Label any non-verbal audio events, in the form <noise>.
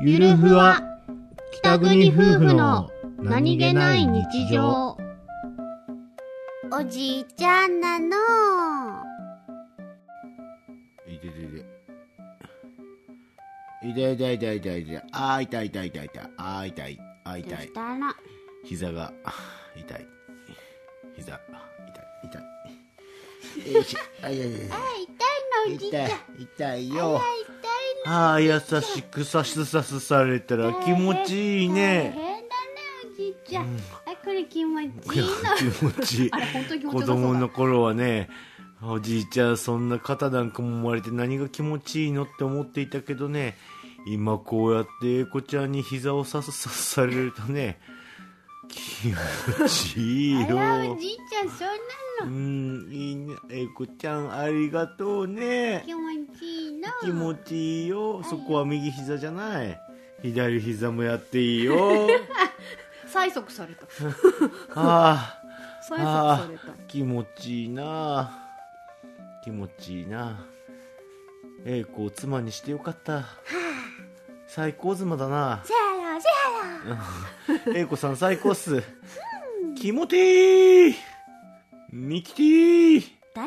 ゆるふわ北国夫婦のおじいちゃんなのいててていていていていていてあー痛い痛い痛い痛いあー痛いあーど痛ういしたの膝があー痛い膝あー痛い痛 <laughs> いよいしょあいやいやいやあ痛いのおじいちゃん痛い痛いよあああ優しくさすさすされたら気持ちいい大ね変だねおじいちゃん、あこれ気持ちいいいやの気持ちいいあれ本当に気持ちよさ子そうだ供の頃はねおじいちゃんそんな肩なんかもまれて何が気持ちいいのって思っていたけどね今こうやって英子ちゃんに膝をさすさすされるとね気持ちいいあらよおじいちゃんそうなうのんいいね英子ちゃんありがとうね気持ちいいの気持ちいいよそこは右膝じゃない左膝もやっていいよ催促された催ああ促あされたあ気持ちいいな気持ちいいな栄子を妻にしてよかった最高妻だなせやろせやろ栄子さん最高っす気持ちいいミキティ誰